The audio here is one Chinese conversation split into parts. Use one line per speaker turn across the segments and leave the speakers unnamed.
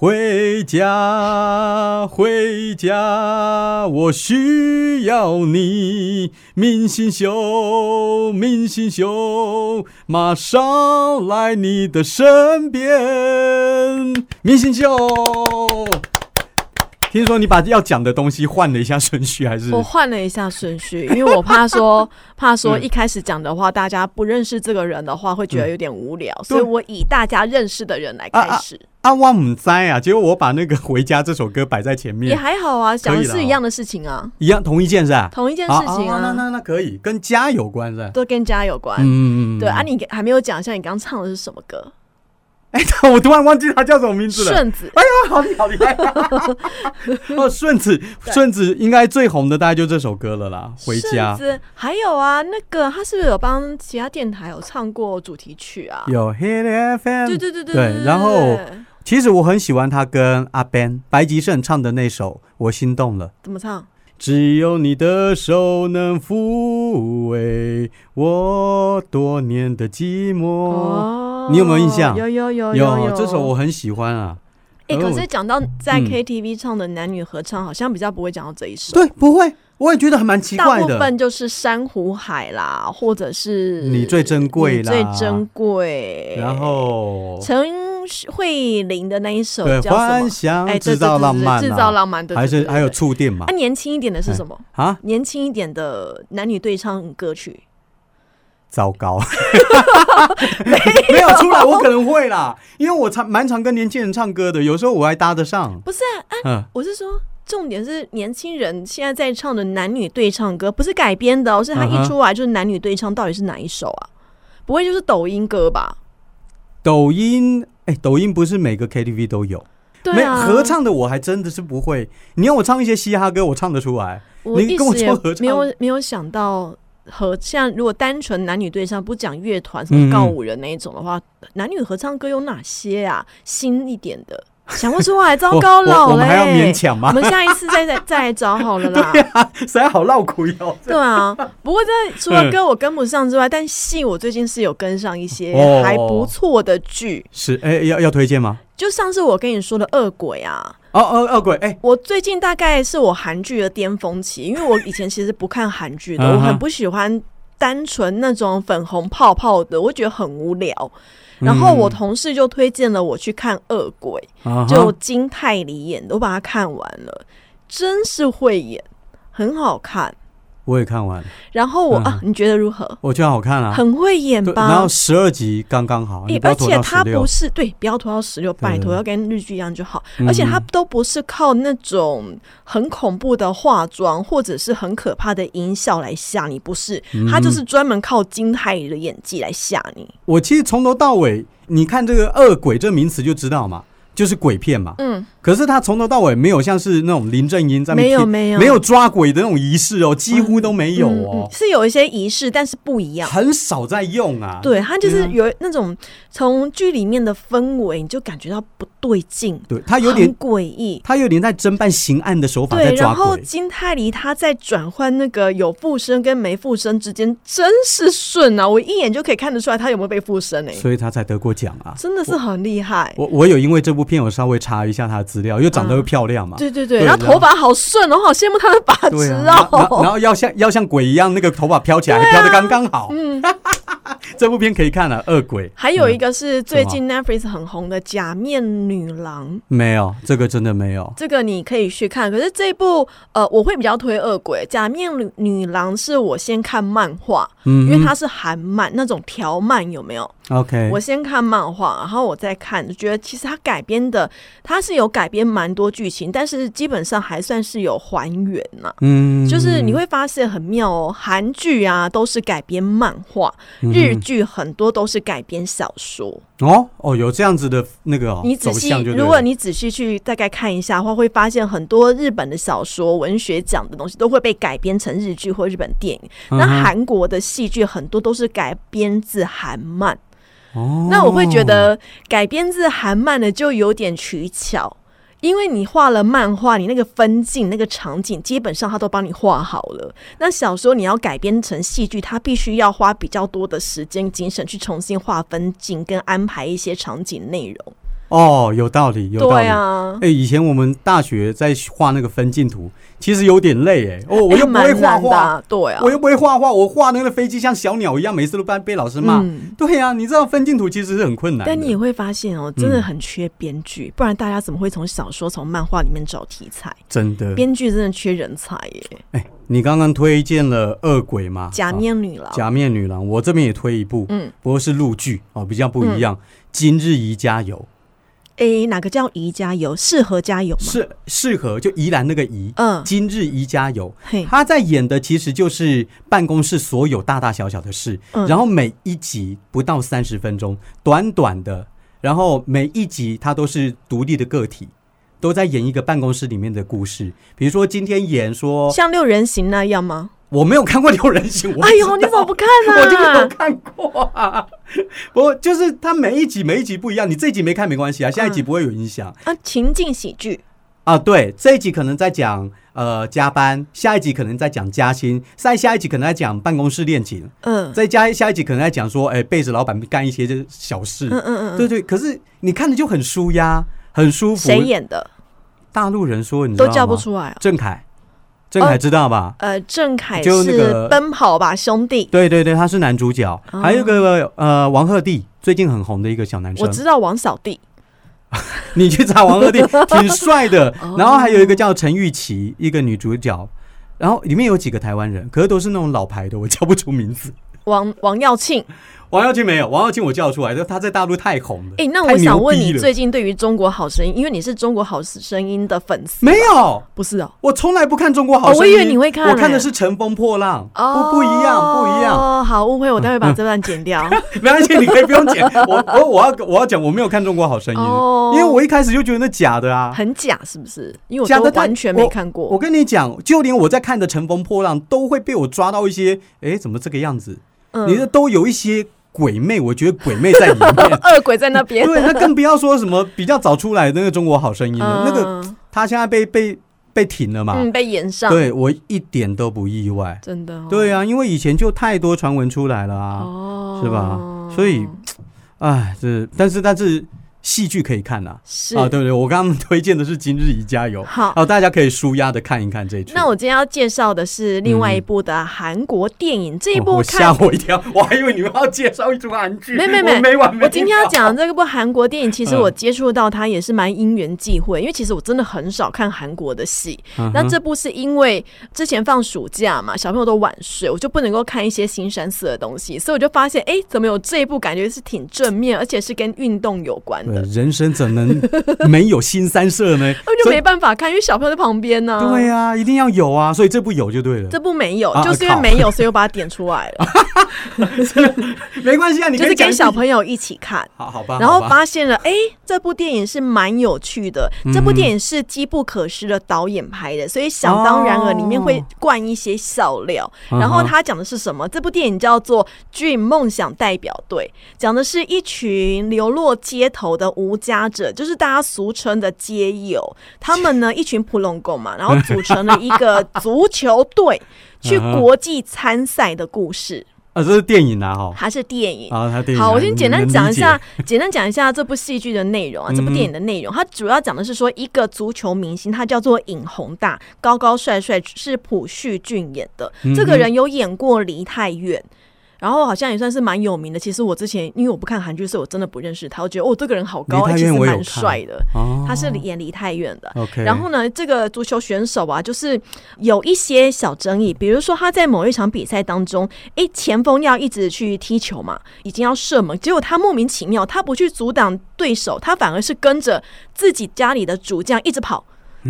回家，回家，我需要你。明星秀，明星秀，马上来你的身边。明星秀，听说你把要讲的东西换了一下顺序，还是？
我换了一下顺序，因为我怕说怕说一开始讲的话，大家不认识这个人的话，会觉得有点无聊，所以我以大家认识的人来开始。
啊，我唔知啊，结果我把那个《回家》这首歌摆在前
也
面，
还好啊，讲的
可以
是
啦
一样的事情啊，
一样同一件事啊。
同一件事情
那
啊，
那那可以，跟家有关是吧？
都跟家有关。
嗯，
对啊，你还没有讲一下你刚唱的是什么歌？
哎，我突然忘记他叫什么名字了。哎
顺子，
好厉害，好厉 害！哦，顺子，顺子应该最红的大概就这首歌了啦，《回家
顺》子，还有啊，那个他是不是有帮其他电台有唱过主题曲啊？
有 Hit FM，
对对对对
对然后其实我很喜欢他跟阿 Ben 白吉胜唱的那首《我心动了》。
怎么唱？
只有你的手能抚慰我多年的寂寞。
哦
你有没有印象
有有有有，
这首我很喜欢啊。
哎、
然后
可
我
是讲到在
嗯
KTV 唱的男女合唱，好像比较不会讲到这一首。
对，不会，我也觉得还蛮奇
大
怪
部
的。
分就是珊瑚海啦，或者是
你最珍贵啦
你最珍贵。
然后
陈慧琳的那一首
对，
叫什么
幻？想
哎，对
制
对对
造
对
浪漫、啊，
制造浪漫，对，对
还
对
是
对
还有
对
触电嘛
啊，？年轻一点的是什么？
啊，
年轻一点的男女对唱歌曲，
糟 糕，没有出来，我可能会啦，因为我常蛮常跟年轻人唱歌的，有时候我还搭得上。
不是啊、啊
嗯，
我是说，重点是年轻人现在在唱的男女对唱歌，不是改编的、哦，是他
嗯哼
一出来就是男女对唱，到底是哪一首啊？不会就是抖音歌吧？
抖音，哎、抖音不是每个 KTV 都有。
对
没
啊，
合，唱的我还真的是不会。你让我唱一些嘻哈歌，我唱得出来。
我
你
一
跟我
时也
说合唱
没有没有想到合像如果单纯男女对唱，不讲乐团什
嗯嗯
么告五人那一种的话，男女合唱歌有哪些啊？新一点的想不出来，糟糕
我我
老
我
嘞、
们还要勉强吗
我？们下一次再再再来找好了 啦。
对啊，实在好绕口哟。
对啊，不过这除了歌我跟不上之外，但戏我最近是有跟上一些
哦
还不错的剧，
是，哎、要要推荐吗？
就上次我跟你说的《恶鬼》啊，
哦哦，恶鬼，哎、
我最近大概是我韩剧的巅峰期，因为我以前其实不看韩剧 的，
嗯哼
我很不喜欢单纯那种粉红泡泡的，我觉得很无聊。
嗯
然后我同事就推荐了我去看《恶鬼》，
啊哈
就金泰梨演的，我把它看完了，真是会演，很好看。
我也看完了，
然后我、
嗯
啊，你觉得如何？
我觉得好看啊。
很会演
对，然
吧
后？十二集刚刚好，
诶
你不
而
要拖
且
到
他
十六
不。是对，不要拖到十六，拜
对
托，要跟日剧一样就好。而且他
嗯
都不是靠那种很恐怖的化妆或者是很可怕的音效来吓你，不是，
嗯
他就是专门靠金泰梨的演技来吓你。
我其实从头到尾，你看这个“恶鬼”这名词就知道嘛，就是鬼片嘛。
嗯，
可是他从头到尾没有像是那种林正英在那
没
边
有
贴
没有
没有抓鬼的那种仪式哦，几乎都没有
嗯
哦
嗯，是有一些仪式，但是不一样。
很少在用啊。
对他就
对
是
啊
有那种从剧里面的氛围，你就感觉到不对劲，
对，他
他
有点
诡异。
他有点在侦办刑案的手法在
对，
抓
然后
鬼，
金泰梨她在转换那个有附身跟没附身之间，真是顺啊！我一眼就可以看得出来她有没有被附身哎、
所以他才得过奖啊。
真的是很厉害。
我我有因为这部片，我稍微查一下她的资料，又长得又漂亮嘛。
啊对对对，
对
然后
然后
头发好顺哦，我好羡慕她的发
对
质
啊，然后然
哦。
后要像要像鬼一样，那个头发飘起
啊
来，还飘的刚刚好。嗯， 这部片可以看了，《恶鬼》
还有一
嗯
个是最近 Netflix 很红的《假面女郎》，
没有，这个真的没有。
这个你可以去看。可是这一部呃，我会比较推《恶鬼》，《假面女女郎》是我先看漫画，
嗯
因
哼，
为它是韩漫那种条漫，有没有？
OK，
我先看漫画，然后我再看，就觉得其实它改编的，它是有改编蛮多剧情，但是基本上还算是有还原呐、
嗯
就是你会发现很妙哦，韩剧啊都是改编漫画，
嗯
日剧很多都是改编小说。
哦哦，有这样子的那个、哦、
你仔
走
细，
向就对了
如果你仔细去大概看一下的话，会发现很多日本的小说、文学奖的东西都会被改编成日剧或日本电影。那
嗯哼
韩国的戏剧很多都是改编自韩漫。
哦，
那我会觉得改编自韩漫的就有点取巧，因为你画了漫画，你那个分镜、那个场景，基本上他都帮你画好了。那小说你要改编成戏剧，它必须要花比较多的时间、精神去重新画分镜跟安排一些场景内容。
哦，有道理，有道
对
理。
啊，
哎、以前我们大学在画那个分镜图，其实有点累哎、哦，我
哎
又不会
蛮
画
难的
画，
啊，对啊，
我又不会画画，我画那个飞机像小鸟一样，每次都被被老师骂。
嗯
对呀、你知道分镜图其实是很困难的。
但你也会发现
嗯
哦，真的很缺编剧，不然大家怎么会从小说、从漫画里面找题材？
真的，
编剧真的缺人才耶！
哎、你刚刚推荐了恶鬼嘛？
假
啊
面女郎，
假面女郎，我这边也推一部，
嗯，
不过是陆剧哦，比较不一样。今日宜加油
诶，哪个叫宜家油？适合加油吗？
是适合就宜兰那个宜，
嗯，
今日宜加油。
嘿，
他在演的其实就是办公室所有大大小小的事，
嗯
然后每一集不到三十分钟，短短的，然后每一集他都是独立的个体，都在演一个办公室里面的故事。比如说今天演说，
像六人行那样吗？
我没有看过《六人行》，我不
哎呦，
知
你
道
怎么不看
我就没有
啊？
看过啊！我就是它每一集每一集不一样，你这一集没看没关系啊，下一集不会有影响、
啊，情境喜剧，
啊。对，这一集可能在讲呃加班，下一集可能在讲加薪，再下一集可能在讲办公室恋情，
嗯
再加下一集可能在讲说，哎，背着老板干一些这小事。
嗯嗯嗯，
对对，可是你看着就很舒压，很舒服。
谁演的
大陆人说你知道
都
吗？
叫不出来啊。
郑恺，郑恺知道吧？
呃，郑恺
就是那个
《奔跑吧兄弟
对对对，他是男主角，
哦
还有一个呃王鹤棣，最近很红的一个小男》，生
我。知道王小弟，
你去查王鹤 棣，挺帅的
哦。
然后还有一个叫陈玉琪，一个女主角。然后里面有几个台湾人，可是都是那种老牌的，我叫不出名字。
王王 耀庆。
王耀庆没有，王耀庆我叫得出来，但他在大陆太红了。
哎、那
太
我
牛
想问你，
逼了
最近对于《中国好声音》，因为你是《中国好声音》的粉丝，
没有？
不是哦？
我从来不看《中国好
哦
声音》
我以为你会看欸
我看的是《乘风破浪》，
哦，
不不一样，不一样。
哦，好，误会，我待会把这段 剪掉。
没关系，你可以不用剪。我我我要我要讲，我没有看《中国好声音》
哦
因为我一开始就觉得那假的啊。
很假是不是？因为
假
我
的
都
太
完全没看过。
我跟你讲，就连我在看的《乘风破浪》，都会被我抓到一些，哎，怎么这个样子？
嗯
你这都有一些鬼魅，我觉得鬼魅在里 面。
恶鬼在那边，
对，那更不要说什么比较早出来的那个《中国好声音》了，那个
嗯
他现在被被被停了嘛？
嗯被延上，
对我一点都不意外。
真的、哦，
对啊，因为以前就太多传闻出来了啊，
哦，
是吧所以哎，这但是但是戏剧可以看呐。
是
啊，对不对？啊我刚刚 推荐的是《今日宜加油》，
好。
好，大家可以舒压的看一看这一出。
那我今天要介绍的是另外一部的韩国电影，这一部
嗯哦我
看
吓我一跳， 我还以为你们要介绍一出韩剧，
没没
我
没
没完没了。
我今天要讲的这部韩国电影，其实
嗯
我接触到它也是蛮因缘际会，因为其实我真的很少看韩国的戏。
嗯哼，
那这部是因为之前放暑假嘛，小朋友都晚睡，我就不能够看一些新山寺的东西，所以我就发现，哎、怎么有这一部感觉是挺正面，而且是跟运动有关
嗯对
的，
人生怎能没有新三社 呢？
那哎就
所以
没办法看，因为小朋友在旁边呢、
对呀、一定要有啊，所以这部有就对了
这，部没有，
啊
就是因为
靠
没有，所以我把它点出 来了，
没关系啊，你
就
可
是
以讲
跟
一
小
下。
朋友一起看。
好好吧，
然后
好吧
发现了，哎，这部电影是蛮有趣的。
嗯
这部电影是机不可失的导演拍的，所以想当然了，
哦
里面会灌一些笑料。
嗯哼
然后他讲的是什么？这部电影叫做《Dream 梦想代表队》，讲的是一群流落街头的无家者，就是大家俗称的街友。他们呢，一群普龙狗嘛，然后组成了一个足球队去
嗯哼
国际参赛的故事。
啊，这是电影啊，哈，
它是电影。
啊，他电影啊、
好，我先简单
能
讲
理
一
解
下，，简单讲一下这部戏剧的内容啊，这部电影的
嗯
内容，它主要讲的是说一个足球明星，他叫做尹宏大，高高帅帅，是朴叙俊演的。
嗯
这个人有演过《离太远》。然后好像也算是蛮有名的。其实我之前因为我不看韩剧，所以我真的不认识他。我觉得哦，这个人好高，
梨泰
而且是
院我有
蛮
看
帅的。
哦，
他是演《离太远》的。
OK，
然后呢，这个足球选手啊，就是有一些小争议，比如说他在某一场比赛当中，诶，前锋要一直去踢球嘛，已经要射门，结果他莫名其妙，他不去阻挡对手，他反而是跟着自己家里的主将一直跑，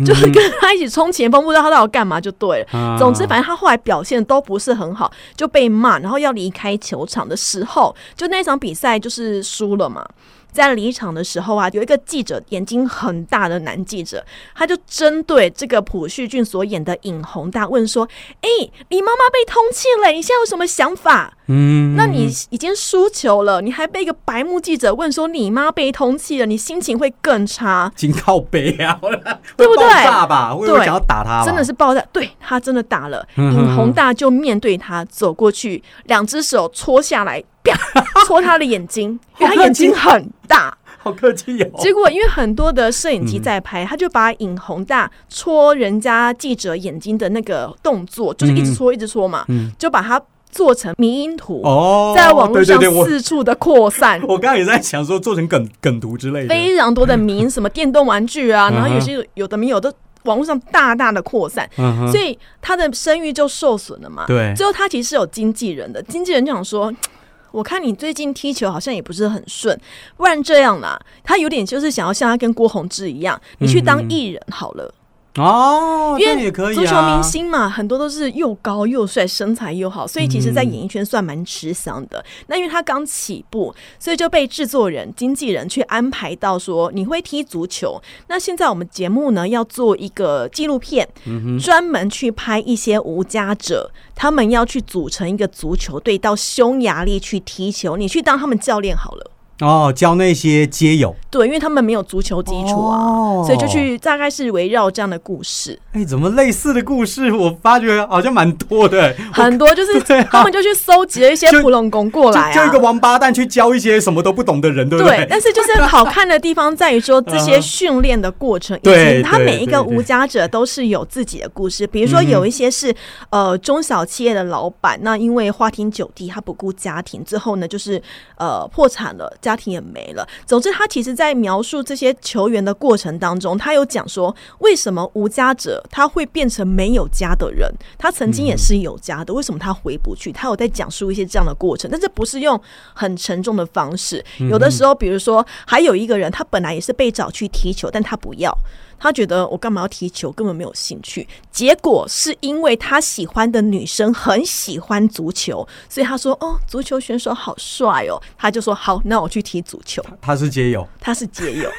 就是跟他一起冲前锋，不知道他到底干嘛就对了。
啊
总之，反正他后来表现都不是很好，就被骂，然后要离开球场的时候，就那场比赛就是输了嘛。在离场的时候啊，有一个记者眼睛很大的男记者，他就针对这个朴叙俊所演的尹宏大问说：“哎、你妈妈被通缉了，你现在有什么想法？
嗯，
那你已经输球了，你还被一个白目记者问说你妈被通缉了，你心情会更差。”
紧靠背啊，
对不对
会爆炸吧？会不会
对
想要打他吧？
真的是爆炸，对他真的打了。
啊嗯
尹宏大就面对他走过去， 两只手戳下来，啪，戳他的眼睛，因为他眼睛很大，
好客气哦。嗯
结果因为很多的摄影机在拍，他就把尹宏大戳人家记者眼睛的那个动作，就是一直戳一直戳嘛，
嗯
就把它做成迷因图，
哦，
在网络上
对对对，
四处的 扩散。
我我刚刚也在想说做成梗梗图之类的，
非常多的迷因，什么电动玩具啊，
嗯哼
然后有些有的没有的，网络上大大的扩散，
嗯哼，
所以他的声誉就受损了嘛。
对
最后他其实是有经纪人的，经纪人就想说。我看你最近踢球好像也不是很顺，不然这样啦，他有点就是想要像他跟郭宏志一样，你去当艺人好了，
哦，
因
这
为
也可以、啊、
足球明星嘛，很多都是又高又帅，身材又好，所以其实，
嗯
在演艺圈算蛮吃香的。那因为他刚起步，所以就被制作人、经纪人去安排到说你会踢足球。那现在我们节目呢要做一个纪录片，
嗯
专、门去拍一些无家者，他们要去组成一个足球队到匈牙利去踢球，你去当他们教练好了。
哦，教那些街友。
对，因为他们没有足球基础啊，
哦
所以就去大概是围绕这样的故事。
哎，怎么类似的故事，我发觉好像蛮多的。
很多就是
对啊
他们就去搜集了一些
就
普龙宫过
就
来
就一
啊
个。王八蛋去教一些什么都不懂的人，对不
对，但是就是好看的地方在于说这些训练的过程，以及
对
他
对
每一个
对对
无家者都是有自己的故事。比如说有一些是呃中小企业的老板，那因为花天酒地，他不顾家庭，之后呢就是呃破产了，家庭也没了。总之，他其实在描述这些球员的过程当中，他有讲说为什么无家者他会变成没有家的人，他曾经也是有家的，为什么他回不去？他有在讲述一些这样的过程，但是不是用很沉重的方式。有的时候，比如说，还有一个人，他本来也是被找去踢球，但他不要，他觉得我干嘛要踢球，根本没有兴趣。结果是因为他喜欢的女生很喜欢足球，所以他说：“哦，足球选手好帅哦。”他就说：“好，那我去踢足球。”
他是街友，
他是街 友。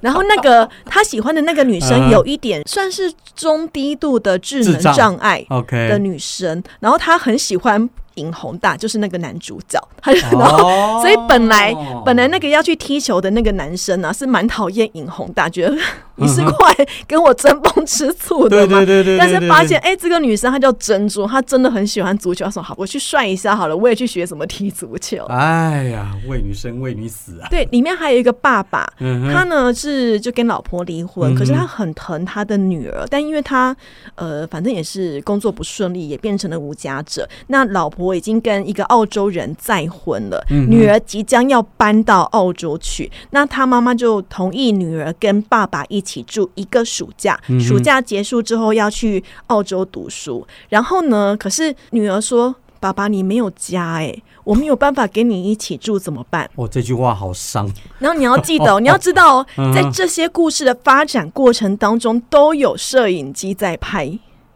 然后那个他喜欢的那个女生
嗯
有一点算是中低度的智能
智障
障 碍
哦 OK
的女生，然后他很喜欢尹宏大，就是那个男主角，他就
哦
然后所以本来本来那个要去踢球的那个男生啊，是蛮讨厌尹宏 大，觉得你是过来跟我争风吃醋的嘛，
对对对对对
但是发现哎、这个女生她叫珍珠，她真的很喜欢足球，她说好，我去帅一下好了，我也去学怎么踢足球。
哎呀，为女生为女死啊！
对，里面还有一个爸爸，
嗯哼
他呢是就跟老婆离婚，
嗯哼
可是他很疼他的女儿，但因为他呃，反正也是工作不顺利，也变成了无家者。那老婆已经跟一个澳洲人再婚了，
嗯哼
女儿即将要搬到澳洲去，那他妈妈就同意女儿跟爸爸一起住一个暑假，
嗯哼
暑假结束之后要去澳洲读书。然后呢，可是女儿说：“爸爸，你没有家哎、我没有办法跟你一起住，怎么办？”
哦，这句话好伤。
然后你要 记得、哦，你要知道、哦
嗯，
在这些故事的发展过程当中，都有摄影机在拍，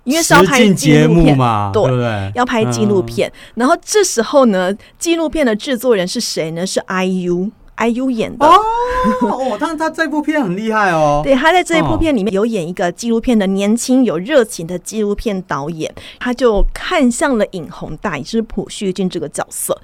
因为是要
实
拍
境
纪
节
录
目
片
嘛，嗯
对
对不对？
要拍纪录片。然后这时候呢，纪录片的制作人是谁呢？是 IU。IU 演的，
哦哦， 但他这部片很厉害哦。
对，他在这一部
哦
片里面有演一个纪录片的年轻有热情的纪录片导演，他就看向了尹宏大，也就是朴叙俊这个角色，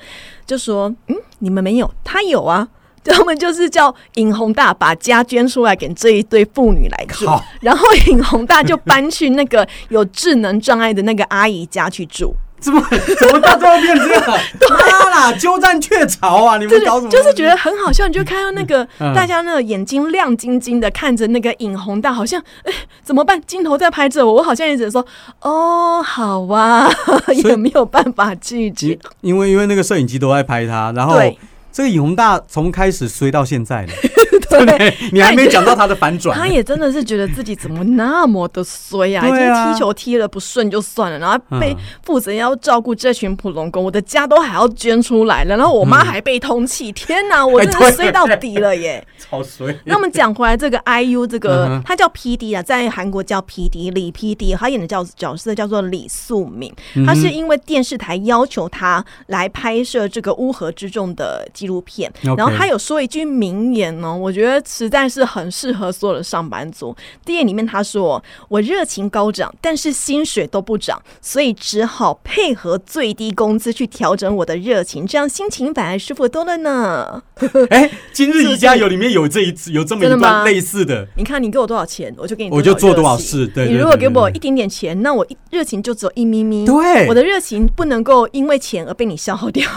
就说：“嗯，你们没有，他有啊。” 他们就是叫尹宏大把家捐出来给这一对妇女来住
靠，
然后尹宏大就搬去那个有智能障碍的那个阿姨家去住。
怎么 怎么到最后变 这样？妈啦，鸠占鹊巢啊！你们搞什么？
对，啊就是觉得很好笑，你就看到那个
嗯
大家那个眼睛亮晶晶的看着那个尹宏大，好像哎、怎么办？镜头在拍着我，我好像一直说哦好啊，
以
也没有办法拒绝
因。因为因为那个摄影机都在拍他，然后
对
这个尹宏大从开始衰到现在 了，
对，
你还没讲到他的反转。
他也真的是觉得自己怎么那么的衰啊，已
对啊
经踢球踢了不顺就算了，然后被
嗯
负责人要照顾这群普龙工，我的家都还要捐出来了，然后我妈还被通气，天哪，我真
嗯哎
的
对
衰到底了耶！
超衰。
那我们讲回来，这个 IU 这
嗯
个
哼
他叫 PD 啊，在韩国叫 PD 李 PD，他演的角角色叫做李素敏，
嗯
他是因为电视台要求他来拍摄这个乌合之众的纪录片，
OK
然后他有说一句名言呢、我觉得实在是很适合所有的上班族。电影里面他说：“我热情高涨，但是薪水都不涨，所以只好配合最低工资去调整我的热情，这样心情反而舒服多了呢。”
哎，《今日宜家有》里面有这一有这么一
真的吗
段类似的，
你看，你给我多少钱，我就给你，
我就做多少事对对
你如果
对对
给我
对
一点点钱，那我一热情就只有一咪咪。
对
我的热情不能够因为钱而被你消耗掉，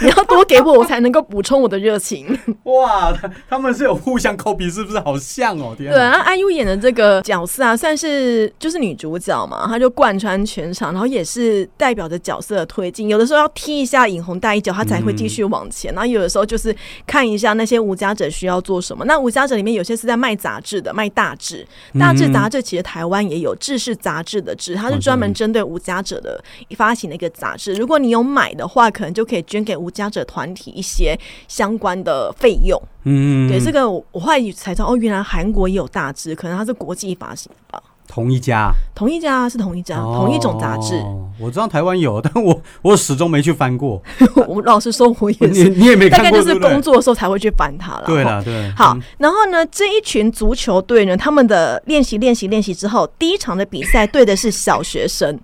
你要多给我，我才能能够补充我的热情。
哇，他他们是有互相 copy，是不是好像哦？天
对
啊，
啊，那 IU 演的这个角色啊，算是就是女主角嘛，她就贯穿全场，然后也是代表着角色的推进。有的时候要踢一下影红带一脚，她才会继续往前。然后有的时候就是看一下那些无家者需要做什么。那无家者里面有些是在卖杂志的，卖大志，大志杂志其实台湾也有，志是杂志的志，它是
嗯
专门针对无家者的发行的一个杂志。如果你有买的话，可能就可以捐给无家者团体一些相关的费用。
嗯
对，这个我我后来才知道，哦，原来韩国也有大志，可能它是国际发行的吧？
同一家，
同一家是同一家，啊同一种杂志。
哦我知道台湾有，但我 我始终没去翻过。
我老实说，我 也
你
是，
你也没
大
看
概
过，
就是
对不对
工作的时候才会去翻它了。
对
哈
了，对。
好
嗯，，
然后呢，这一群足球队呢，他们的练习、练习、练习之后，第一场的比赛对的是小学生，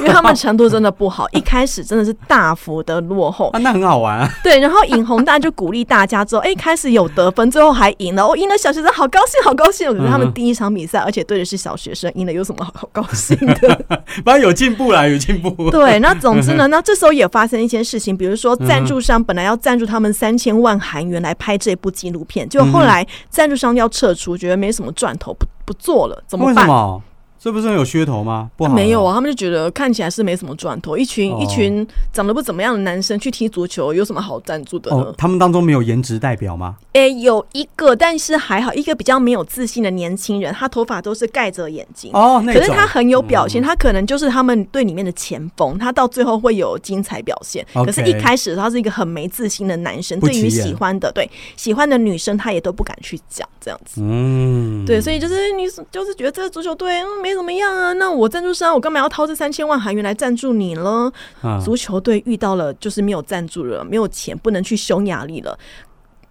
因为他们程度真 的不好，一开始真的是大幅的落后。
啊，那很好玩啊。
对，然后尹宏大就鼓励大家 之后，哎，开始有得分，最后还赢了，我、哦赢了小学生，好高兴，好高兴哦！可是他
嗯
们
哼
第一场比赛，而且对的是小学生，赢了有什么好好高兴的？
反正有进步啦，有进步。
对，那总之呢，那 这时候也发生一些事情，比如说赞助商本来要赞助他们三千万韩元来拍这部纪录片，就后来赞助商要撤出，觉得没什么赚头，不不做了，怎么
为什
办？
么？这不是很有噱头吗？不好，
没有。啊，他们就觉得看起来是没什么赚头，一群、
哦
一群长得不怎么样的男生去踢足球，有什么好赞助的呢？
哦，他们当中没有颜值代表吗？
诶，有一个，但是还好，一个比较没有自信的年轻人，他头发都是盖着眼睛。
哦，那
嗯可是
种嗯
他很有表现，他可能就是他们队里面的前锋，他到最后会有精彩表现。
OK
可是，一开始他是一个很没自信的男生，
不
对
起眼
于喜欢的对喜欢的女生，他也都不敢去讲这样子。
嗯，
对，所以就是你就是觉得这个足球队嗯没怎么样啊，那我赞助商我干嘛要掏这三千万韩元来赞助你呢？
嗯
足球队遇到了就是没有赞助了，没有钱，不能去匈牙利了。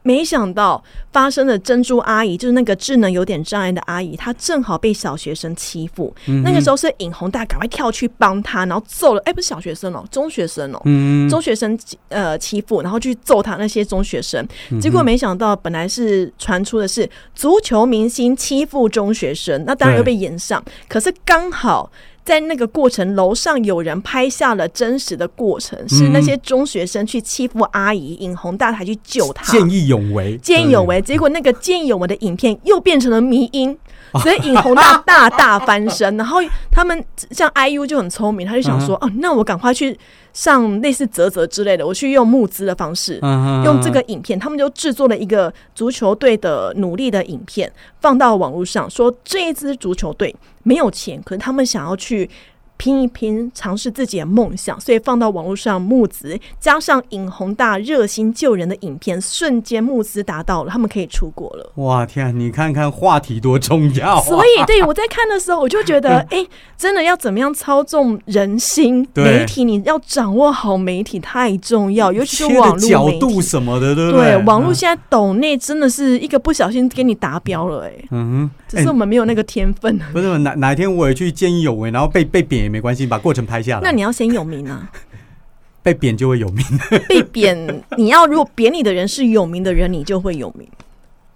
没想到发生的珍珠阿姨，就是那个智能有点障碍的阿姨，她正好被小学生欺负。
嗯
那个时候是尹宏大赶快跳去帮她，然后揍了，哎、不是小学生哦，中学生哦，
嗯，
中学生呃欺负，然后去揍他那些中学生。结果没想到，本来是传出的是足球明星欺负中学生，那当然又被延上。可是刚好。在那个过程，楼上有人拍下了真实的过程，是那些中学生去欺负阿姨，尹宏大才去救他。
见义勇为，
见义勇为，结果那个见义勇为的影片又变成了迷音，所以尹宏大大大翻身。 然后他们像 IU 就很聪明，他就想说，哦、那我赶快去上类似泽泽之类的，我去用募资的方式。
嗯，嗯
用这个影片，他们就制作了一个足球队的努力的影片，放到网络上，说这一支足球队没有钱，可是他们想要去拼一拼，尝试自己的梦想，所以放到网络上募资，加上尹宏大热心救人的影片，瞬间募资达到了，他们可以出国了。
哇天啊，你看看话题多重要啊，
所以，对我在看的时候，我就觉得，哎、真的要怎么样操纵人心？
嗯对
媒体你要掌握好媒体太重要，尤其是
切的
网络
角
媒体
度。什么的，对不
对，网络
嗯
现在抖内真的是一个不小心给你达标了、哎，
嗯
只是我们没有那个天分。
哼，不是哪哪一天我也去见义勇为，然后被被贬也没关系，把过程拍下来，
那你要先有名啊，
被贬就会有名。
被贬，你要如果贬你的人是有名的人，你就会有名，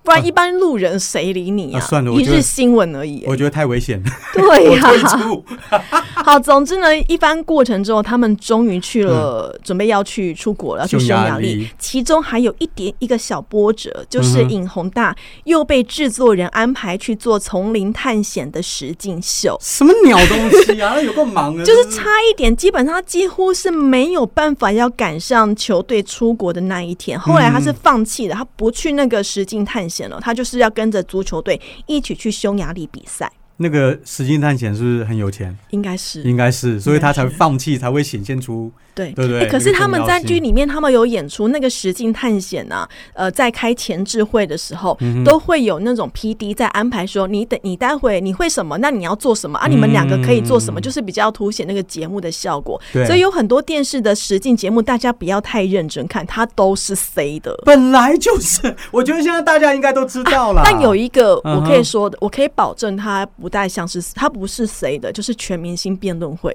不然一般路人谁理你啊？
啊算了我
一
觉得
日新闻而已、哎
我 觉得太危险了，
对
我
呀、
退出。
好，总之呢，一番过程之后，他们终于去了，准备要去出国了，要去匈牙
嗯匈牙
利
利。
其中还有一点一个小波折，就是
嗯哼
尹宏大又被制作人安排去做丛林探险的实境秀。
什么鸟东 西啊？那有够忙的，
就是
真
差一点，基本上他几乎是没有办法要赶上球队出国的那一天。后来他
嗯
是放弃了，他不去那个实境探险了，他就是要跟着足球队一起去匈牙利比赛，
那个《实境探险》是不是很有钱？
应该是
嗯应该是，所以他才放弃，才会显现出
对。
对不对？
欸可是他们
那
在
个重要
剧
性
里面，他们有演出那个实境探险啊，呃，在开前置会的时候，
嗯
都会有那种 P D 在安排说，你等你待会你会什么，那你要做什么啊？
嗯
你们两个可以做什么，就是比较凸显那个节目的效果。
对
所以有很多电视的实境节目，大家不要太认真看，它都是 C 的。
本来就是，我觉得现在大家应该都知道了。
啊但有一个
嗯
我
哼
可以说的，我可以保证它不太像是它不是谁的，就是全明星辩论会。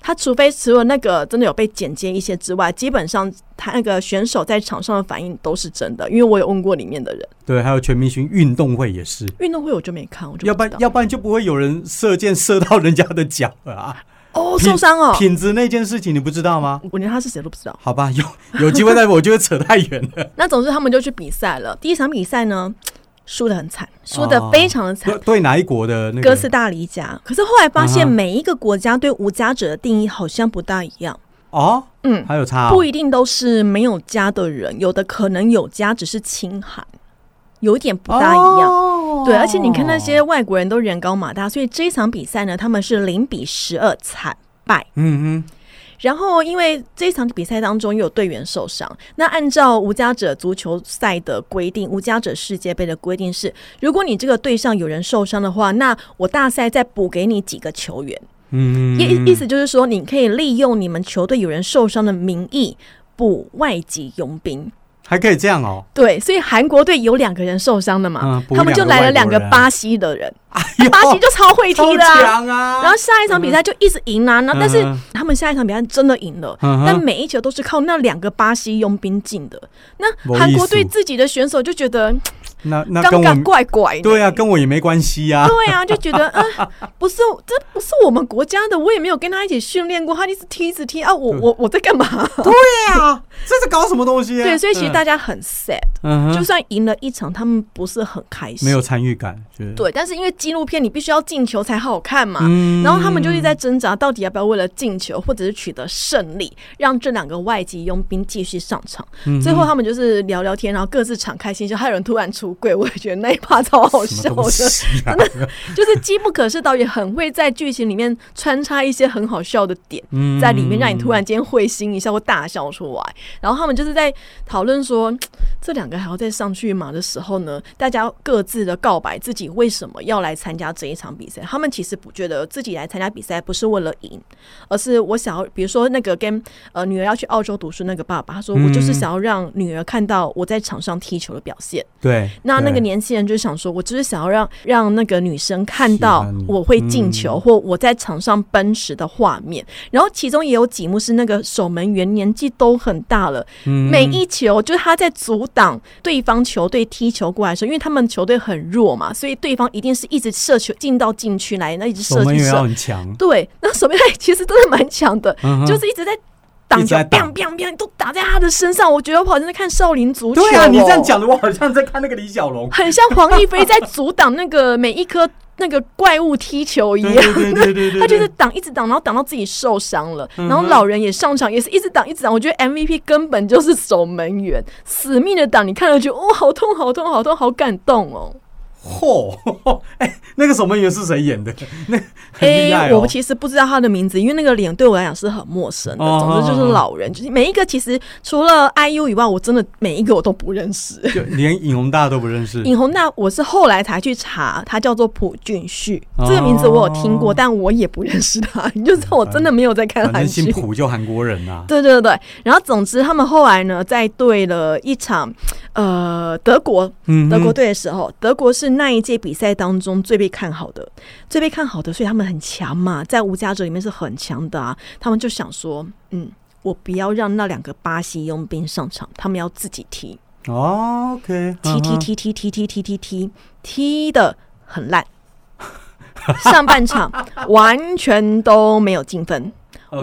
它除非除了那个真的有被剪接一些之外，基本上他那个选手在场上的反应都是真的，因为我有问过里面的人。
对，还有全明星运动会也是，
运动会我就没看，我就
要
不
不
知
然
道。
要不然就不会有人射箭射到人家的脚了啊！
哦，受伤哦，
品质那件事情你不知道吗？
我连他是谁都不知道。
好吧，有有机会再我就会扯太远 了。
那总之他们就去比赛了。第一场比赛呢，输得很惨，输得非常的惨。
对哦对，哪一国的那个
哥斯达黎加，可是后来发
啊
现
哈
每一个国家对无家者的定义好像不大一样。
哦，
嗯，
还有差哦、
不一定都是没有家的人，有的可能有家，只是清寒，有一点不大一样。
哦
对，而且你看那些外国人都人高马大，所以这一场比赛呢，他们是零比十二惨败。
嗯嗯，
然后，因为这一场比赛当中又有队员受伤，那按照无家者足球赛的规定，无家者世界杯的规定是，如果你这个队上有人受伤的话，那我大赛再补给你几个球员。
嗯，
意、意思就是说，你可以利用你们球队有人受伤的名义补外籍佣兵。
还可以这样 哦。
对，所以韩国队有两个人受伤的嘛，
嗯补
他们就来了两个
两个外国人
巴西的 人，
呦
哎巴西就超会踢的、
超
啊。
强啊！
然后下一场比赛就一直赢啊，那、但是
嗯
他们下一场比赛真的赢了，
嗯哼
但每一球都是靠那两个巴西佣兵进的。那韩国队自己的选手就觉得
那那
尴
跟我
尬
们
怪怪的，
对啊，跟我也没关系呀、啊。
对啊，就觉得啊、不是这不是我们国家的，我也没有跟他一起训练过，他一直踢一直踢啊，我我我在 干嘛？
对啊， 这是搞什么东西、啊？
对，所以其实
嗯
大家很 sad，、
嗯哼
就算赢了一场，他们不是很开心，
没有参与感，觉得，
对，但是因为纪录片你必须要进球才好看嘛，
嗯
然后他们就是在挣扎，到底要不要为了进球或者是取得胜利，让这两个外籍佣兵继续上场。
嗯
最后他们就是聊聊天，然后各自敞开心胸，还有人突然出柜，我也觉得那一趴超好
嗯什么
笑的
东，西啊？
就是机不可失，导演很会在剧情里面穿插一些很好笑的点。
嗯
在里面让你突然间会心一笑或大笑出来。然后他们就是在讨论说，这两个还要再上去嘛的时候呢，大家各自的告白自己为什么要来参加这一场比赛。他们其实不觉得自己来参加比赛不是为了赢，而是我想要，比如说那个跟呃女儿要去澳洲读书那个爸爸，他说
嗯
我就是想要让女儿看到我在场上踢球的表现。
嗯对，
那那个
对
年轻人就想说，我就是想要让让那个女生看到
喜欢你嗯
我会进球、或我在场上奔驰的画面。然后其中也有几幕是那个守门员年纪都很大了，
嗯
每一球就是他在阻挡对方球队踢球过来的时候，因为他们球队很弱嘛，所以对方一定是一直射球进到禁区来，那一直
守
射
门
进
员要
射。
很强，
对，那守门员 哎其实真的蛮强的，
嗯哼
就是一直在。挡
一直
球
在
，biang
挡
biang biang，都打在他的身上。我觉得我好像在看少林足球、哦。
对啊，你这样讲的，我好像在看那个李小龙。
很像黄一飞在阻挡那个每一颗那个怪物踢球 一
嗯对
样。
对对对对对，
他就是
对
挡，一直挡，然后挡到自己受伤了，
嗯哼
然后老人也上场，也是一直挡，一直挡。我觉得 MVP 根本就是守门员，死命的挡，你看了就哦，好痛，好痛，好痛，好感动哦。
嚯， 哎，那个守门员是谁演的？那很
哎、
厉害
我
哦。
其实不知道他的名字，因为那个脸对我来讲是很陌生的。
哦
总之就是老人，就是每一个其实除了 IU 以外，我真的每一个我都不认识。
就连尹宏大都不认识，
尹红娜，我是后来才去查，她叫做朴俊旭，
哦
这个名字我有听过，但我也不认识她。 你就知道我真的没有在看
反
韩
正姓
剧。
朴就韩国人呐。
对对对，然后总之他们后来呢，在对了一场呃德国
嗯哼，
德国队的时候，德国是那一届比赛当中最被看好的，最被看好的，所以他们很强嘛，在无家者里面是很强的啊。他们就想说，嗯，我不要让那两个巴西佣兵上场，他们要自己踢。
哦，OK，
踢踢
嗯哼，
踢踢踢踢踢踢踢踢的很烂，上半场完全都没有进分，
OK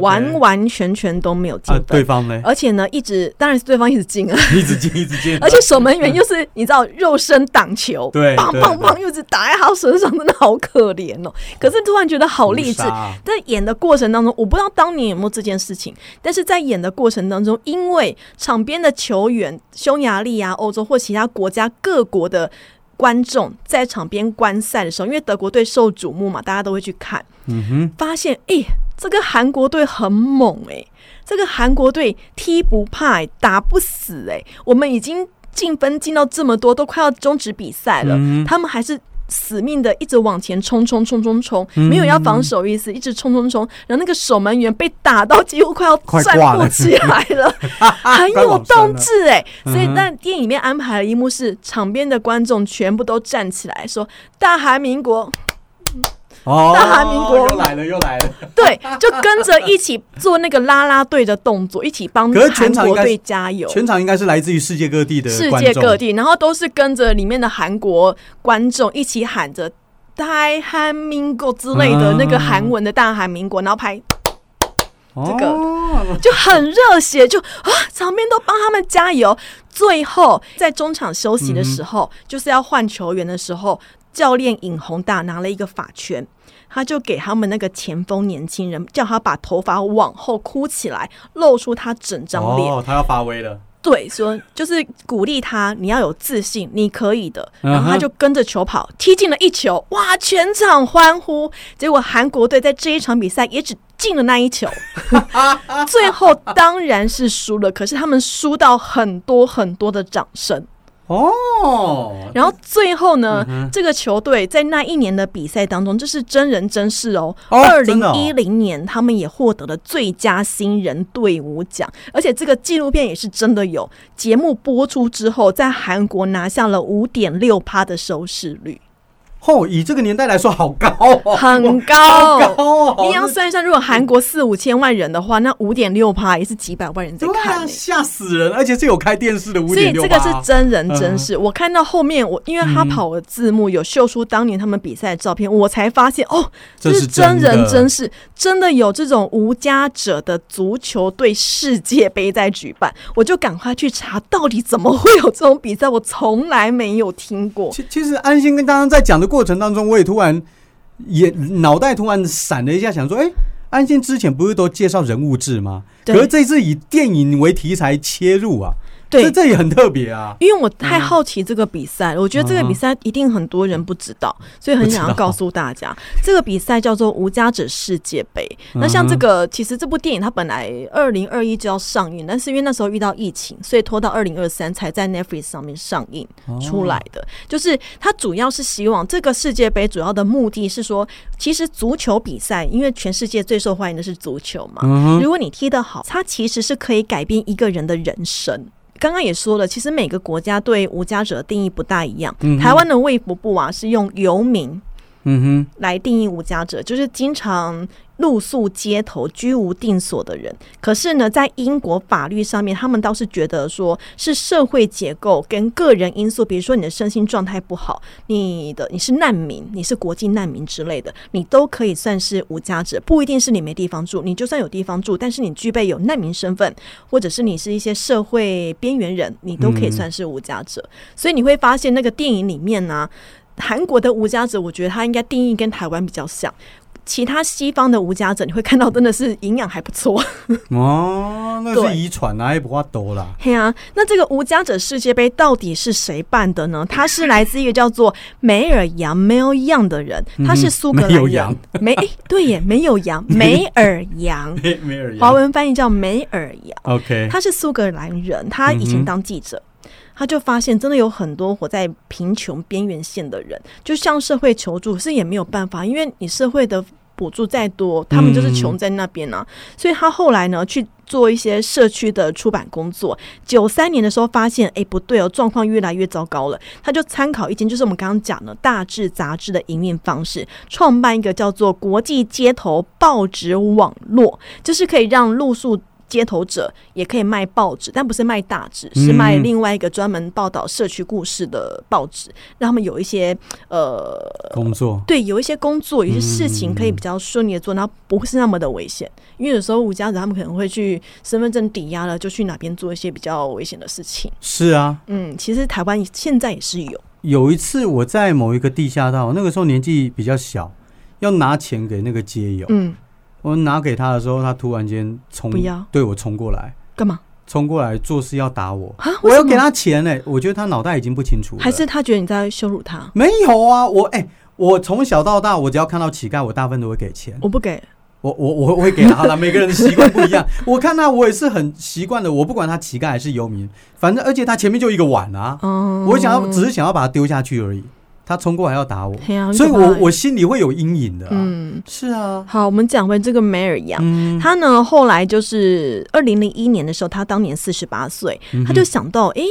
完完全全都没有进
啊，对
分，
方嘞，
而且呢，一直当然是对方一直进啊。
一直进一直进，
而且守门员又是你知道肉身挡球，
对
棒
对
棒棒，又是打在他身上，真的好可怜哦。可是突然觉得好励志
屠杀啊，
在演的过程当中，我不知道当年有没有这件事情，但是在演的过程当中，因为场边的球员，匈牙利啊、欧洲或其他国家各国的观众在场边观赛的时候，因为德国队受瞩目嘛，大家都会去看，
嗯哼，
发现哎、这个韩国队很猛哎、这个韩国队踢不怕、欸，打不死哎、我们已经进分进到这么多，都快要终止比赛了，
嗯
他们还是。死命的一直往前冲冲冲冲冲，
嗯
没有要防守意思，一直冲冲冲。然后那个守门员被打到几乎快要
快
站
挂
不
了
起来 了，啊很
快
有
往生
斗
了
志哎、所
嗯，
以
哼
但电影里面安排了一幕是场边的观众全部都站起来说：“大韩民国
哦，
大韩民国
又来了又来了，
对，就跟着一起做那个啦啦队的动作，一起帮
可是全
韩
场
国
应该是
队加油。
全场应该是来自于世界各地的
世
观
界
众
各地，然后都是跟着里面的韩国观众一起喊着“大韩民国”之类的
嗯
那个韩文的“大韩民国”，然后拍这个
哦
就很热血，就啊，场面都帮他们加油。最后在中场休息的时候，就是要换球员的时候，教练尹宏大拿了一个法圈，他就给他们那个前锋年轻人，叫他把头发往后箍起来，露出他整张脸。
哦，他要发威了，
对，说就是鼓励他，你要有自信，你可以的。然后
嗯
他
哼
就跟着球跑，踢进了一球，哇！全场欢呼。结果韩国队在这一场比赛也只进了那 一球，最后当然是输了。可是他们输到很多很多的掌声。
哦，
然后最后呢，
嗯哼
这个球队在那一年的比赛当中，这是真人真事哦。
哦
二
真
零
的哦
一零年，他们也获得了最佳新人队伍奖，而且这个纪录片也是真的有。节目播出之后，在韩国拿下了五点六趴的收视率，
哦，以这个年代来说，好高哦，
很
好
高。
高哦，
你要算一算，如果韩国四五千万人的话，那五点六趴也是几百万人在
对
看、
啊，
欸。
吓死人！而且是有开电视的五
所以
点六
这个是真人真事。我看到后面，我因为他
嗯
跑的字幕有秀出当年他们比赛的照片，我才发现哦，
这
是
是
真
真的
人真事，真的有这种无家者的足球队世界杯在举办，我就赶快去查到底怎么会有这种比赛，我从来没有听过。
其其实安心跟刚刚在讲的过程当中，我也突然也脑袋突然闪了一下，想说，哎、安心之前不是都介绍人物志吗？
对
可是这次以电影为题材切入啊，
对
这，这也很特别 啊。
因为我太好奇这个比赛，我觉得这
嗯
个比赛一定很多人不知道，所以很想要告诉大家，这个比赛叫做无家者世界杯。
嗯哼
那像这个，其实这部电影它本来二零二一就要上映，但是因为那时候遇到疫情，所以拖到二零二三才在 Netflix 上面上映
哦
出来的。就是它主要是希望这个世界杯主要的目的是说，其实足球比赛，因为全世界最受欢迎的是足球嘛，
嗯哼，
如果你踢得好，它其实是可以改变一个人的人生。刚刚也说了，其实每个国家对无家者的定义不大一样。
嗯哼
台湾的卫福部啊是用游民
嗯
来定义无家者，就是经常露宿街头、居无定所的人。可是呢，在英国法律上面，他们倒是觉得说是社会结构跟个人因素，比如说你的身心状态不好，你的你是难民，你是国际难民之类的，你都可以算是无家者，不一定是你没地方住。你就算有地方住，但是你具备有难民身份，或者是你是一些社会边缘人，你都可以
嗯
算是无家者。所以你会发现，那个电影里面呢、啊韩国的无家者，我觉得它应该定义跟台湾比较像。其他西方的无家者，你会看到真的是营养还不错。
哼，哦，那个
对
是遗传啊，也不怕多啦。
嘿啊，那这个无家者世界杯到底是谁办的呢？它是来自一个叫做梅尔杨 （Mel Young） 的人，他是苏格兰
没有
人
羊。
梅诶，对耶，没有羊，梅尔 杨，
没没人
华文翻译叫梅尔杨。
OK，
他是苏格兰人，他以
嗯
前
哼
当记者，他就发现真的有很多活在贫穷边缘线的人，就向社会求助，可是也没有办法，因为你社会的补助再多，他们就是穷在那边啊。所以他后来呢去做一些社区的出版工作。九三年的时候发现，哎，不对哦，状况越来越糟糕了。他就参考一间，就是我们刚刚讲的《大致》杂志的营运方式，创办一个叫做国际街头报纸网络，就是可以让露宿。街头者也可以卖报纸，但不是卖大纸，是卖
嗯
另外一个专门报道社区故事的报纸，让他们有一些呃
工作
对，有一些工作，有一些事情可以
嗯
比较顺利的做，然后不是那么的危险。因为有时候无家者他们可能会去身份证抵押了，就去哪边做一些比较危险的事情。
是啊，
嗯，其实台湾现在也是有，
有一次我在某一个地下道，那个时候年纪比较小，要拿钱给那个街友。
嗯，
我拿给他的时候，他突然间冲，
不要
对我冲过来，
干嘛
冲过来做事要打我，
啊？
我
为什
要给
么？
他钱呢、我觉得他脑袋已经不清楚了，
还是他觉得你在羞辱他？
没有啊？我哎、我从小到大，我只要看到乞丐，我大部分都会给钱。
我不给，
我我我我会给他啦，每个人的习惯不一样。我看他，我也是很习惯的。我不管他乞丐还是游民，反正而且他前面就一个碗啊，
嗯，
我想要只是想要把他丢下去而已。他冲过来要打我，
嘿啊，
所以
很可
我
怕
我心里会有阴影的、啊。
嗯，
是啊，
好，我们讲回这个梅尔杨。
嗯，
他呢，后来就是二零零一年的时候，他当年四十八岁，
嗯
他就想到，诶，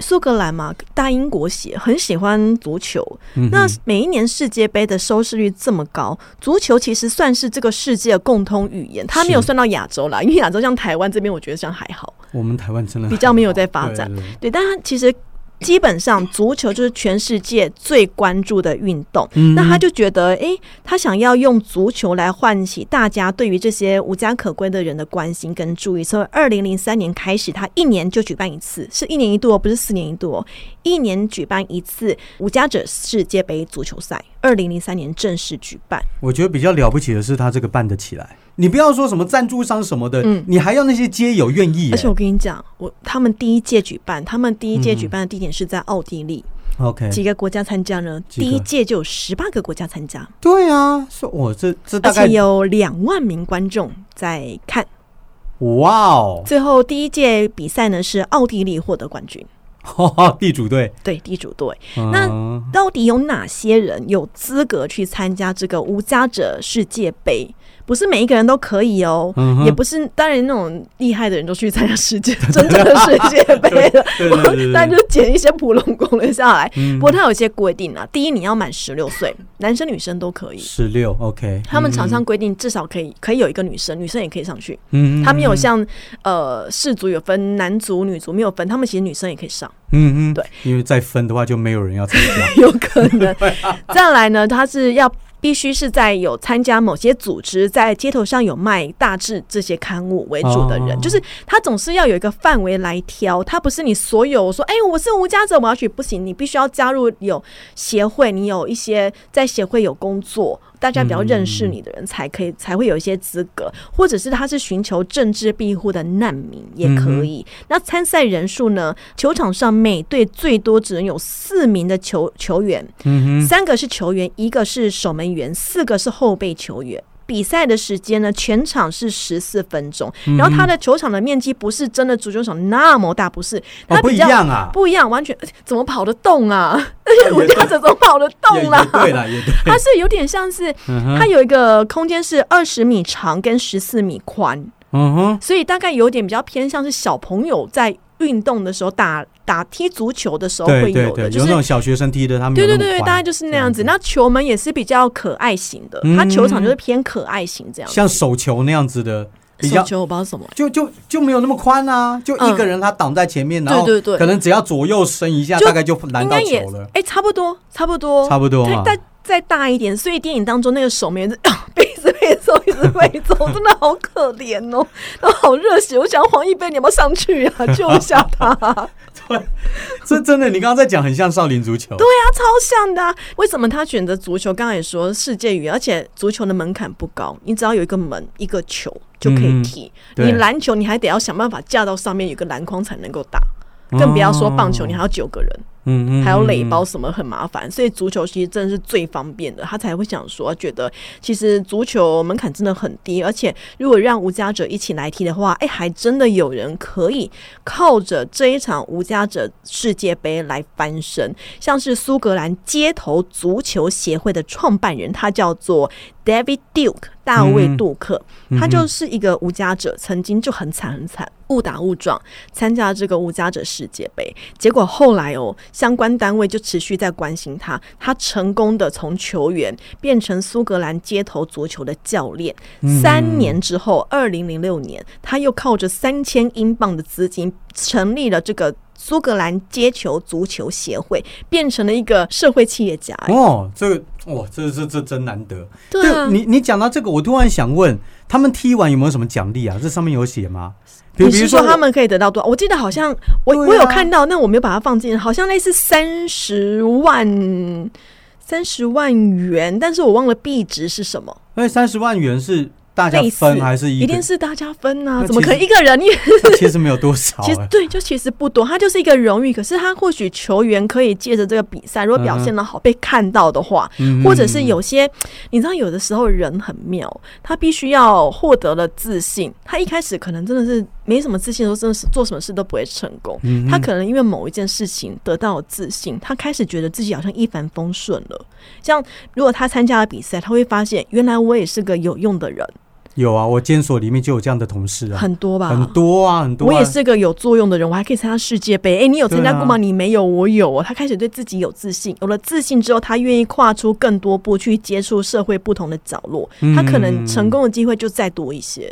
苏格兰嘛，大英国血，很喜欢足球，
嗯哼
那每一年世界杯的收视率这么高，足球其实算是这个世界的共通语言，它没有
是
算到亚洲啦，因为亚洲像台湾这边，我觉得像还好，
我们台湾真的
比较没有
很好
在发展。
对对对
对，但它其实基本上足球就是全世界最关注的运动。
嗯
那他就觉得，诶，他想要用足球来唤起大家对于这些无家可归的人的关心跟注意，所以二零零三年开始，他一年就举办一次，是一年一度哦，不是四年一度哦，一年举办一次无家者世界杯足球赛。二零零三年正式举办，
我觉得比较了不起的是他这个办得起来。你不要说什么赞助商什么的，
嗯
你还要那些街友愿意耶。
而且我跟你讲，我他们第一届举办，他们第一届举办的地点是在奥地利，
OK，
几个国家参加呢？
嗯几个
第一届就有十八个国家参加，
对啊，说我这这
而
大概
且有两万名观众在看。
哇哦，
最后第一届比赛呢是奥地利获得冠军，
哈哈，地主队。
对地主队。
嗯
那
那
到底有哪些人有资格去参加这个无家者世界杯？不是每一个人都可以哦，
嗯哼
也不是当然那种厉害的人都去参加世 界真正的世界杯了，
对对 对对
但就捡一些普龙攻略下来。
嗯
不过它有一些规定啊，第一你要满十六岁，男生女生都可以。
十六 OK，
他们场上规定至少可以可以有一个女生，女生也可以上去。
嗯，嗯
他们有像呃氏族有分男足、女足没有分，他们其实女生也可以上，
嗯嗯
对，
因为再分的话就没有人要参加。
有可 能。
啊
再来呢，他是要必须是在有参加某些组织，在街头上有卖大致这些刊物为主的人，
哦
就是他总是要有一个范围来挑，他不是你所有说，哎、我是无家者，我要去，不行，你必须要加入有协会，你有一些在协会有工作。大家比
嗯
较认识你的人才可以、才会有一些资格，或者是他是寻求政治庇护的难民也
嗯
可以。那参赛人数呢？球场上每队最多只能有四名的球球员，
嗯
三个是球员，一个是守门员，四个是后备球员。比赛的时间呢，全场是十四分钟，
嗯
然后它的球场的面积不是真的足球场那么大，不是，
哼，
它
哦，不
比
一
较、
样啊，
不一样，完全呃怎么跑得动啊？
也
我家者怎么跑得
也
动啊啦、
也对啦，也对，
它是有点像是
嗯
它
哼，
有一个空间是二十米长跟十四米宽，
嗯哼，
所以大概有点比较偏向是小朋友在运动的时候打打踢足球的时候会
对对
有
对，有
的，就
那
是
种小学生踢的，他们
对
有
对
那
对，
么宽
大概就是那样子。
这
那球门也是比较可爱型的，它
嗯
球场就是偏可爱型这样子。
像手球那样子的，比
手
较
球我不知道是什么，欸
就就就没有那么宽啊，就一个人他挡在前面，然后
嗯对对对
可能只要左右伸一下，
就
大概就拦
应
到
该也
球了，
哎，差不多，差不多，
差不多嘛。
再再再大一点，所以电影当中那个守门员是 被一直被揍，一直被 揍，真的好可怜哦，然后好热血。我想要黄一飞，你要不要上去 啊，救一下他、
这真的，你刚刚在讲很像少林足球，对，
超像的啊、为什么他选择足球？刚才也说世界啊语言，而且足球的门槛不高，你只要有一个门、一个球就可以踢。
嗯对
你篮球你还得要想办法架到上面有个篮筐才能够打，更不要说棒
哦
球，你还要九个人，
嗯
还有垒包什么很麻烦。所以足球其实真的是最方便的，他才会想说，觉得其实足球门槛真的很低，而且如果让无家者一起来踢的话，哎、还真的有人可以靠着这一场无家者世界杯来翻身。像是苏格兰街头足球协会的创办人，他叫做 David Duke 大卫杜克，他就是一个无家者，曾经就很惨很惨，误打误撞参加这个无家者世界杯，结果后来哦，相关单位就持续在关心他，他成功的从球员变成苏格兰街头足球的教练。
嗯
三年之后，二零零六年，他又靠着三千英镑的资金成立了这个。苏格兰街球足球协会变成了一个社会企业家、哎
哦，这个哇，这这这真难得。
对啊，
你你讲到这个，我突然想问，他们踢完有没有什么奖励啊？这上面有写吗？比
你
比
是
如
说
我
他们可以得到多少？我记得好像我、
对啊
我有看到，那我没有把它放进，好像类似三十万三十万元，但是我忘了币值是什么。
那哎三十万元是大家
类似
分还是一
一
个
定是大家分呐、
那
怎么
其
可
实
能一个人？因为
那其实没有多少、
其
哎
实对，就其实不多，它就是一个荣誉。可是他或许球员可以借着这个比赛，如果表现的好、被看到的话，
嗯
或者是有些，你知道，有的时候人很妙，他必须要获得了自信。他一开始可能真的是没什么自信的时候，真的是做什么事都不会成功。
嗯
他可能因为某一件事情得到了自信，他开始觉得自己好像一帆风顺了。像如果他参加了比赛，他会发现原来我也是个有用的人，
有啊，我监所里面就有这样的同事啊，
很多吧，
很多啊，很多、
我
啊。
也是个有作用的人，我还可以参加世界杯。哎、你有参加过
对
吗？
啊
你没有，我有哦。他开始对自己有自信，有了自信之后，他愿意跨出更多步去接触社会不同的角落，
嗯
他可能成功的机会就再多一些。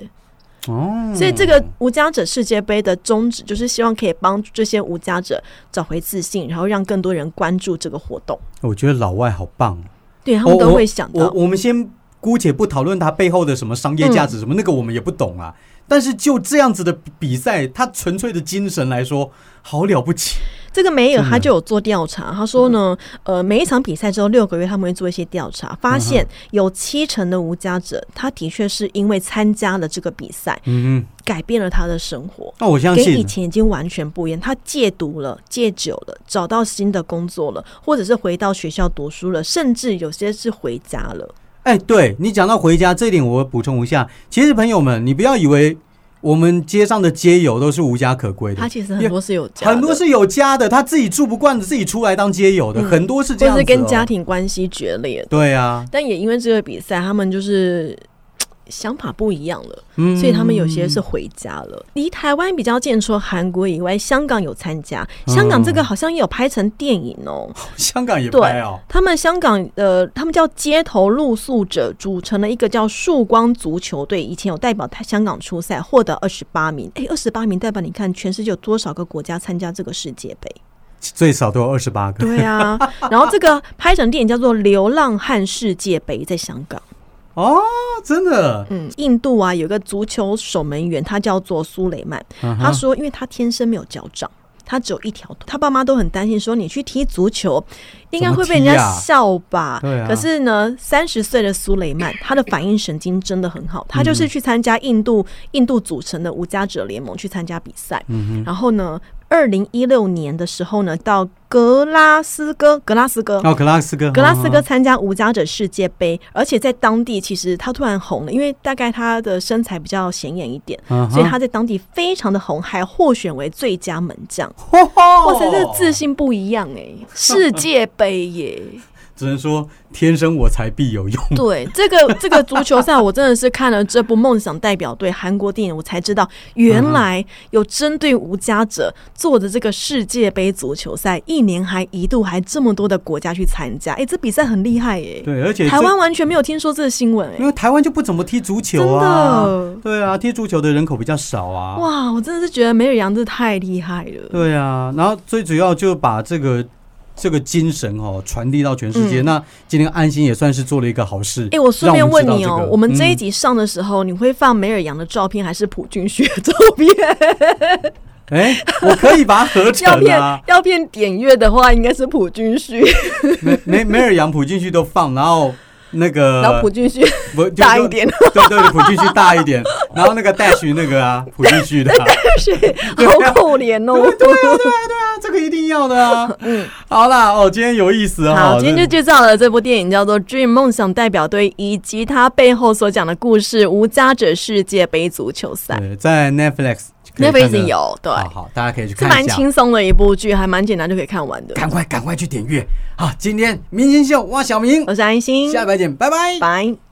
哦，
所以这个无家者世界杯的宗旨就是希望可以帮助这些无家者找回自信，然后让更多人关注这个活动。
我觉得老外好棒哦，
对他们都会想
我
到，
我我们先姑且不讨论它背后的什么商业价值什么，那个我们也不懂啊。但是就这样子的比赛，它纯粹的精神来说，好了不起。
这个梅尔
真的嗯
他就有做调查，他说呢，呃，每一场比赛之后六个月他们会做一些调查，发现有七成的无家者，他的确是因为参加了这个比赛，
嗯哼，
改变了他的生活。
那我相
跟以
信，
前已经完全不一样。他戒毒了，戒酒了，找到新的工作了，或者是回到学校读书了，甚至有些是回家了。
哎，对你讲到回家这一点，我补充一下。其实朋友们，你不要以为我们街上的街友都是无家可归
他
的。
其实很多是有家的，
很多是有家的，他自己住不惯的，自己出来当街友的，
嗯
很多是这
或
样子、哦。
者是跟家庭关系决裂的。
对啊，
但也因为这个比赛，他们就是嘖想法不一样了，
嗯，
所以他们有些是回家了。离台湾比较近，除了韩国以外，香港有参加。香港这个好像也有拍成电影哦。
香港也
对
拍哦，
他们香港呃，他们叫街头露宿者，组成了一个叫曙光足球队，以前有代表台香港出赛，获得二十八名。哎，二十八名代表，你看全世界有多少个国家参加这个世界杯？
最少都有二十八个。
对啊，然后这个拍成电影叫做《流浪汉世界杯》，在香港。
哦，真的，
嗯，印度啊，有一个足球守门员，他叫做苏雷曼。
嗯
他
哼
说，因为他天生没有脚掌，他只有一条腿，他爸妈都很担心，说你去踢足球，应该会被人
怎么踢
家
啊
笑吧？
对啊
可是呢，三十岁的苏雷曼，他的反应神经真的很
嗯
好，他就是去参加印度印度组成的无家者联盟去参加比赛，
嗯
然后呢。二零一六年的时候呢，到格拉斯哥，格拉斯哥，
哼，哦，格拉斯哥，
格拉斯
嗯
哥
哼，
参加无家者世界杯，而且在当地其实他突然红了，因为大概他的身材比较显眼一点，
嗯哼
所以他在当地非常的红，还获选为最佳门将。哇
哇
塞，这自信不一样哎、世界杯 耶！
只能说天生我材必有用。
对，这个这个足球赛，我真的是看了这部《梦想代表队》韩国电影，我才知道原
嗯
来有针对无家者做的这个世界杯足球赛，一年还一度还这么多的国家去参加，哎、这比赛很厉害耶、
对，而且
台
这
湾完全没有听说这个新闻、
因
哎，
为台湾就不怎么踢足
真
球啊，
的，
对啊，踢足球的人口比较少啊。
哇，我真的是觉得梅尔杨真的太厉害了。
对啊，然后最主要就把这个这个精神哦传递到全世界。
嗯
那今天安心也算是做了一个好事。
哎、我顺便问你
让
哦、
我们知道这个嗯
我们这一集上的时候，你会放梅尔杨的照片还是朴俊旭的照 片？
哎、我可以把它合
要
成
变
啊，
要变点阅的话，应该是朴俊旭，
梅梅梅尔杨普进去都放，然后那个
然后朴俊旭
不就
大
就
一点，
对对，普进去大一点，然后那个带去那个啊，普进去的、啊，
是好可怜哦。
啊，这个一定要的啊。嗯，好啦，哦，今天有意思哈、
好，
哦，
今天就
这
介绍了这部电影叫做《Dream 梦想代表队》，以及它背后所讲的故事——无家者世界杯足球赛。
对，在 Netflix 嗯可以看得
Netflix 有，对，
好好，大家可以去
是
看
蛮
一下。
轻松的一部剧，还蛮简单就可以看完的。
赶快赶快去点阅啊！今天明星秀哇，小明，
我是安心，
下礼拜见，拜拜。
拜。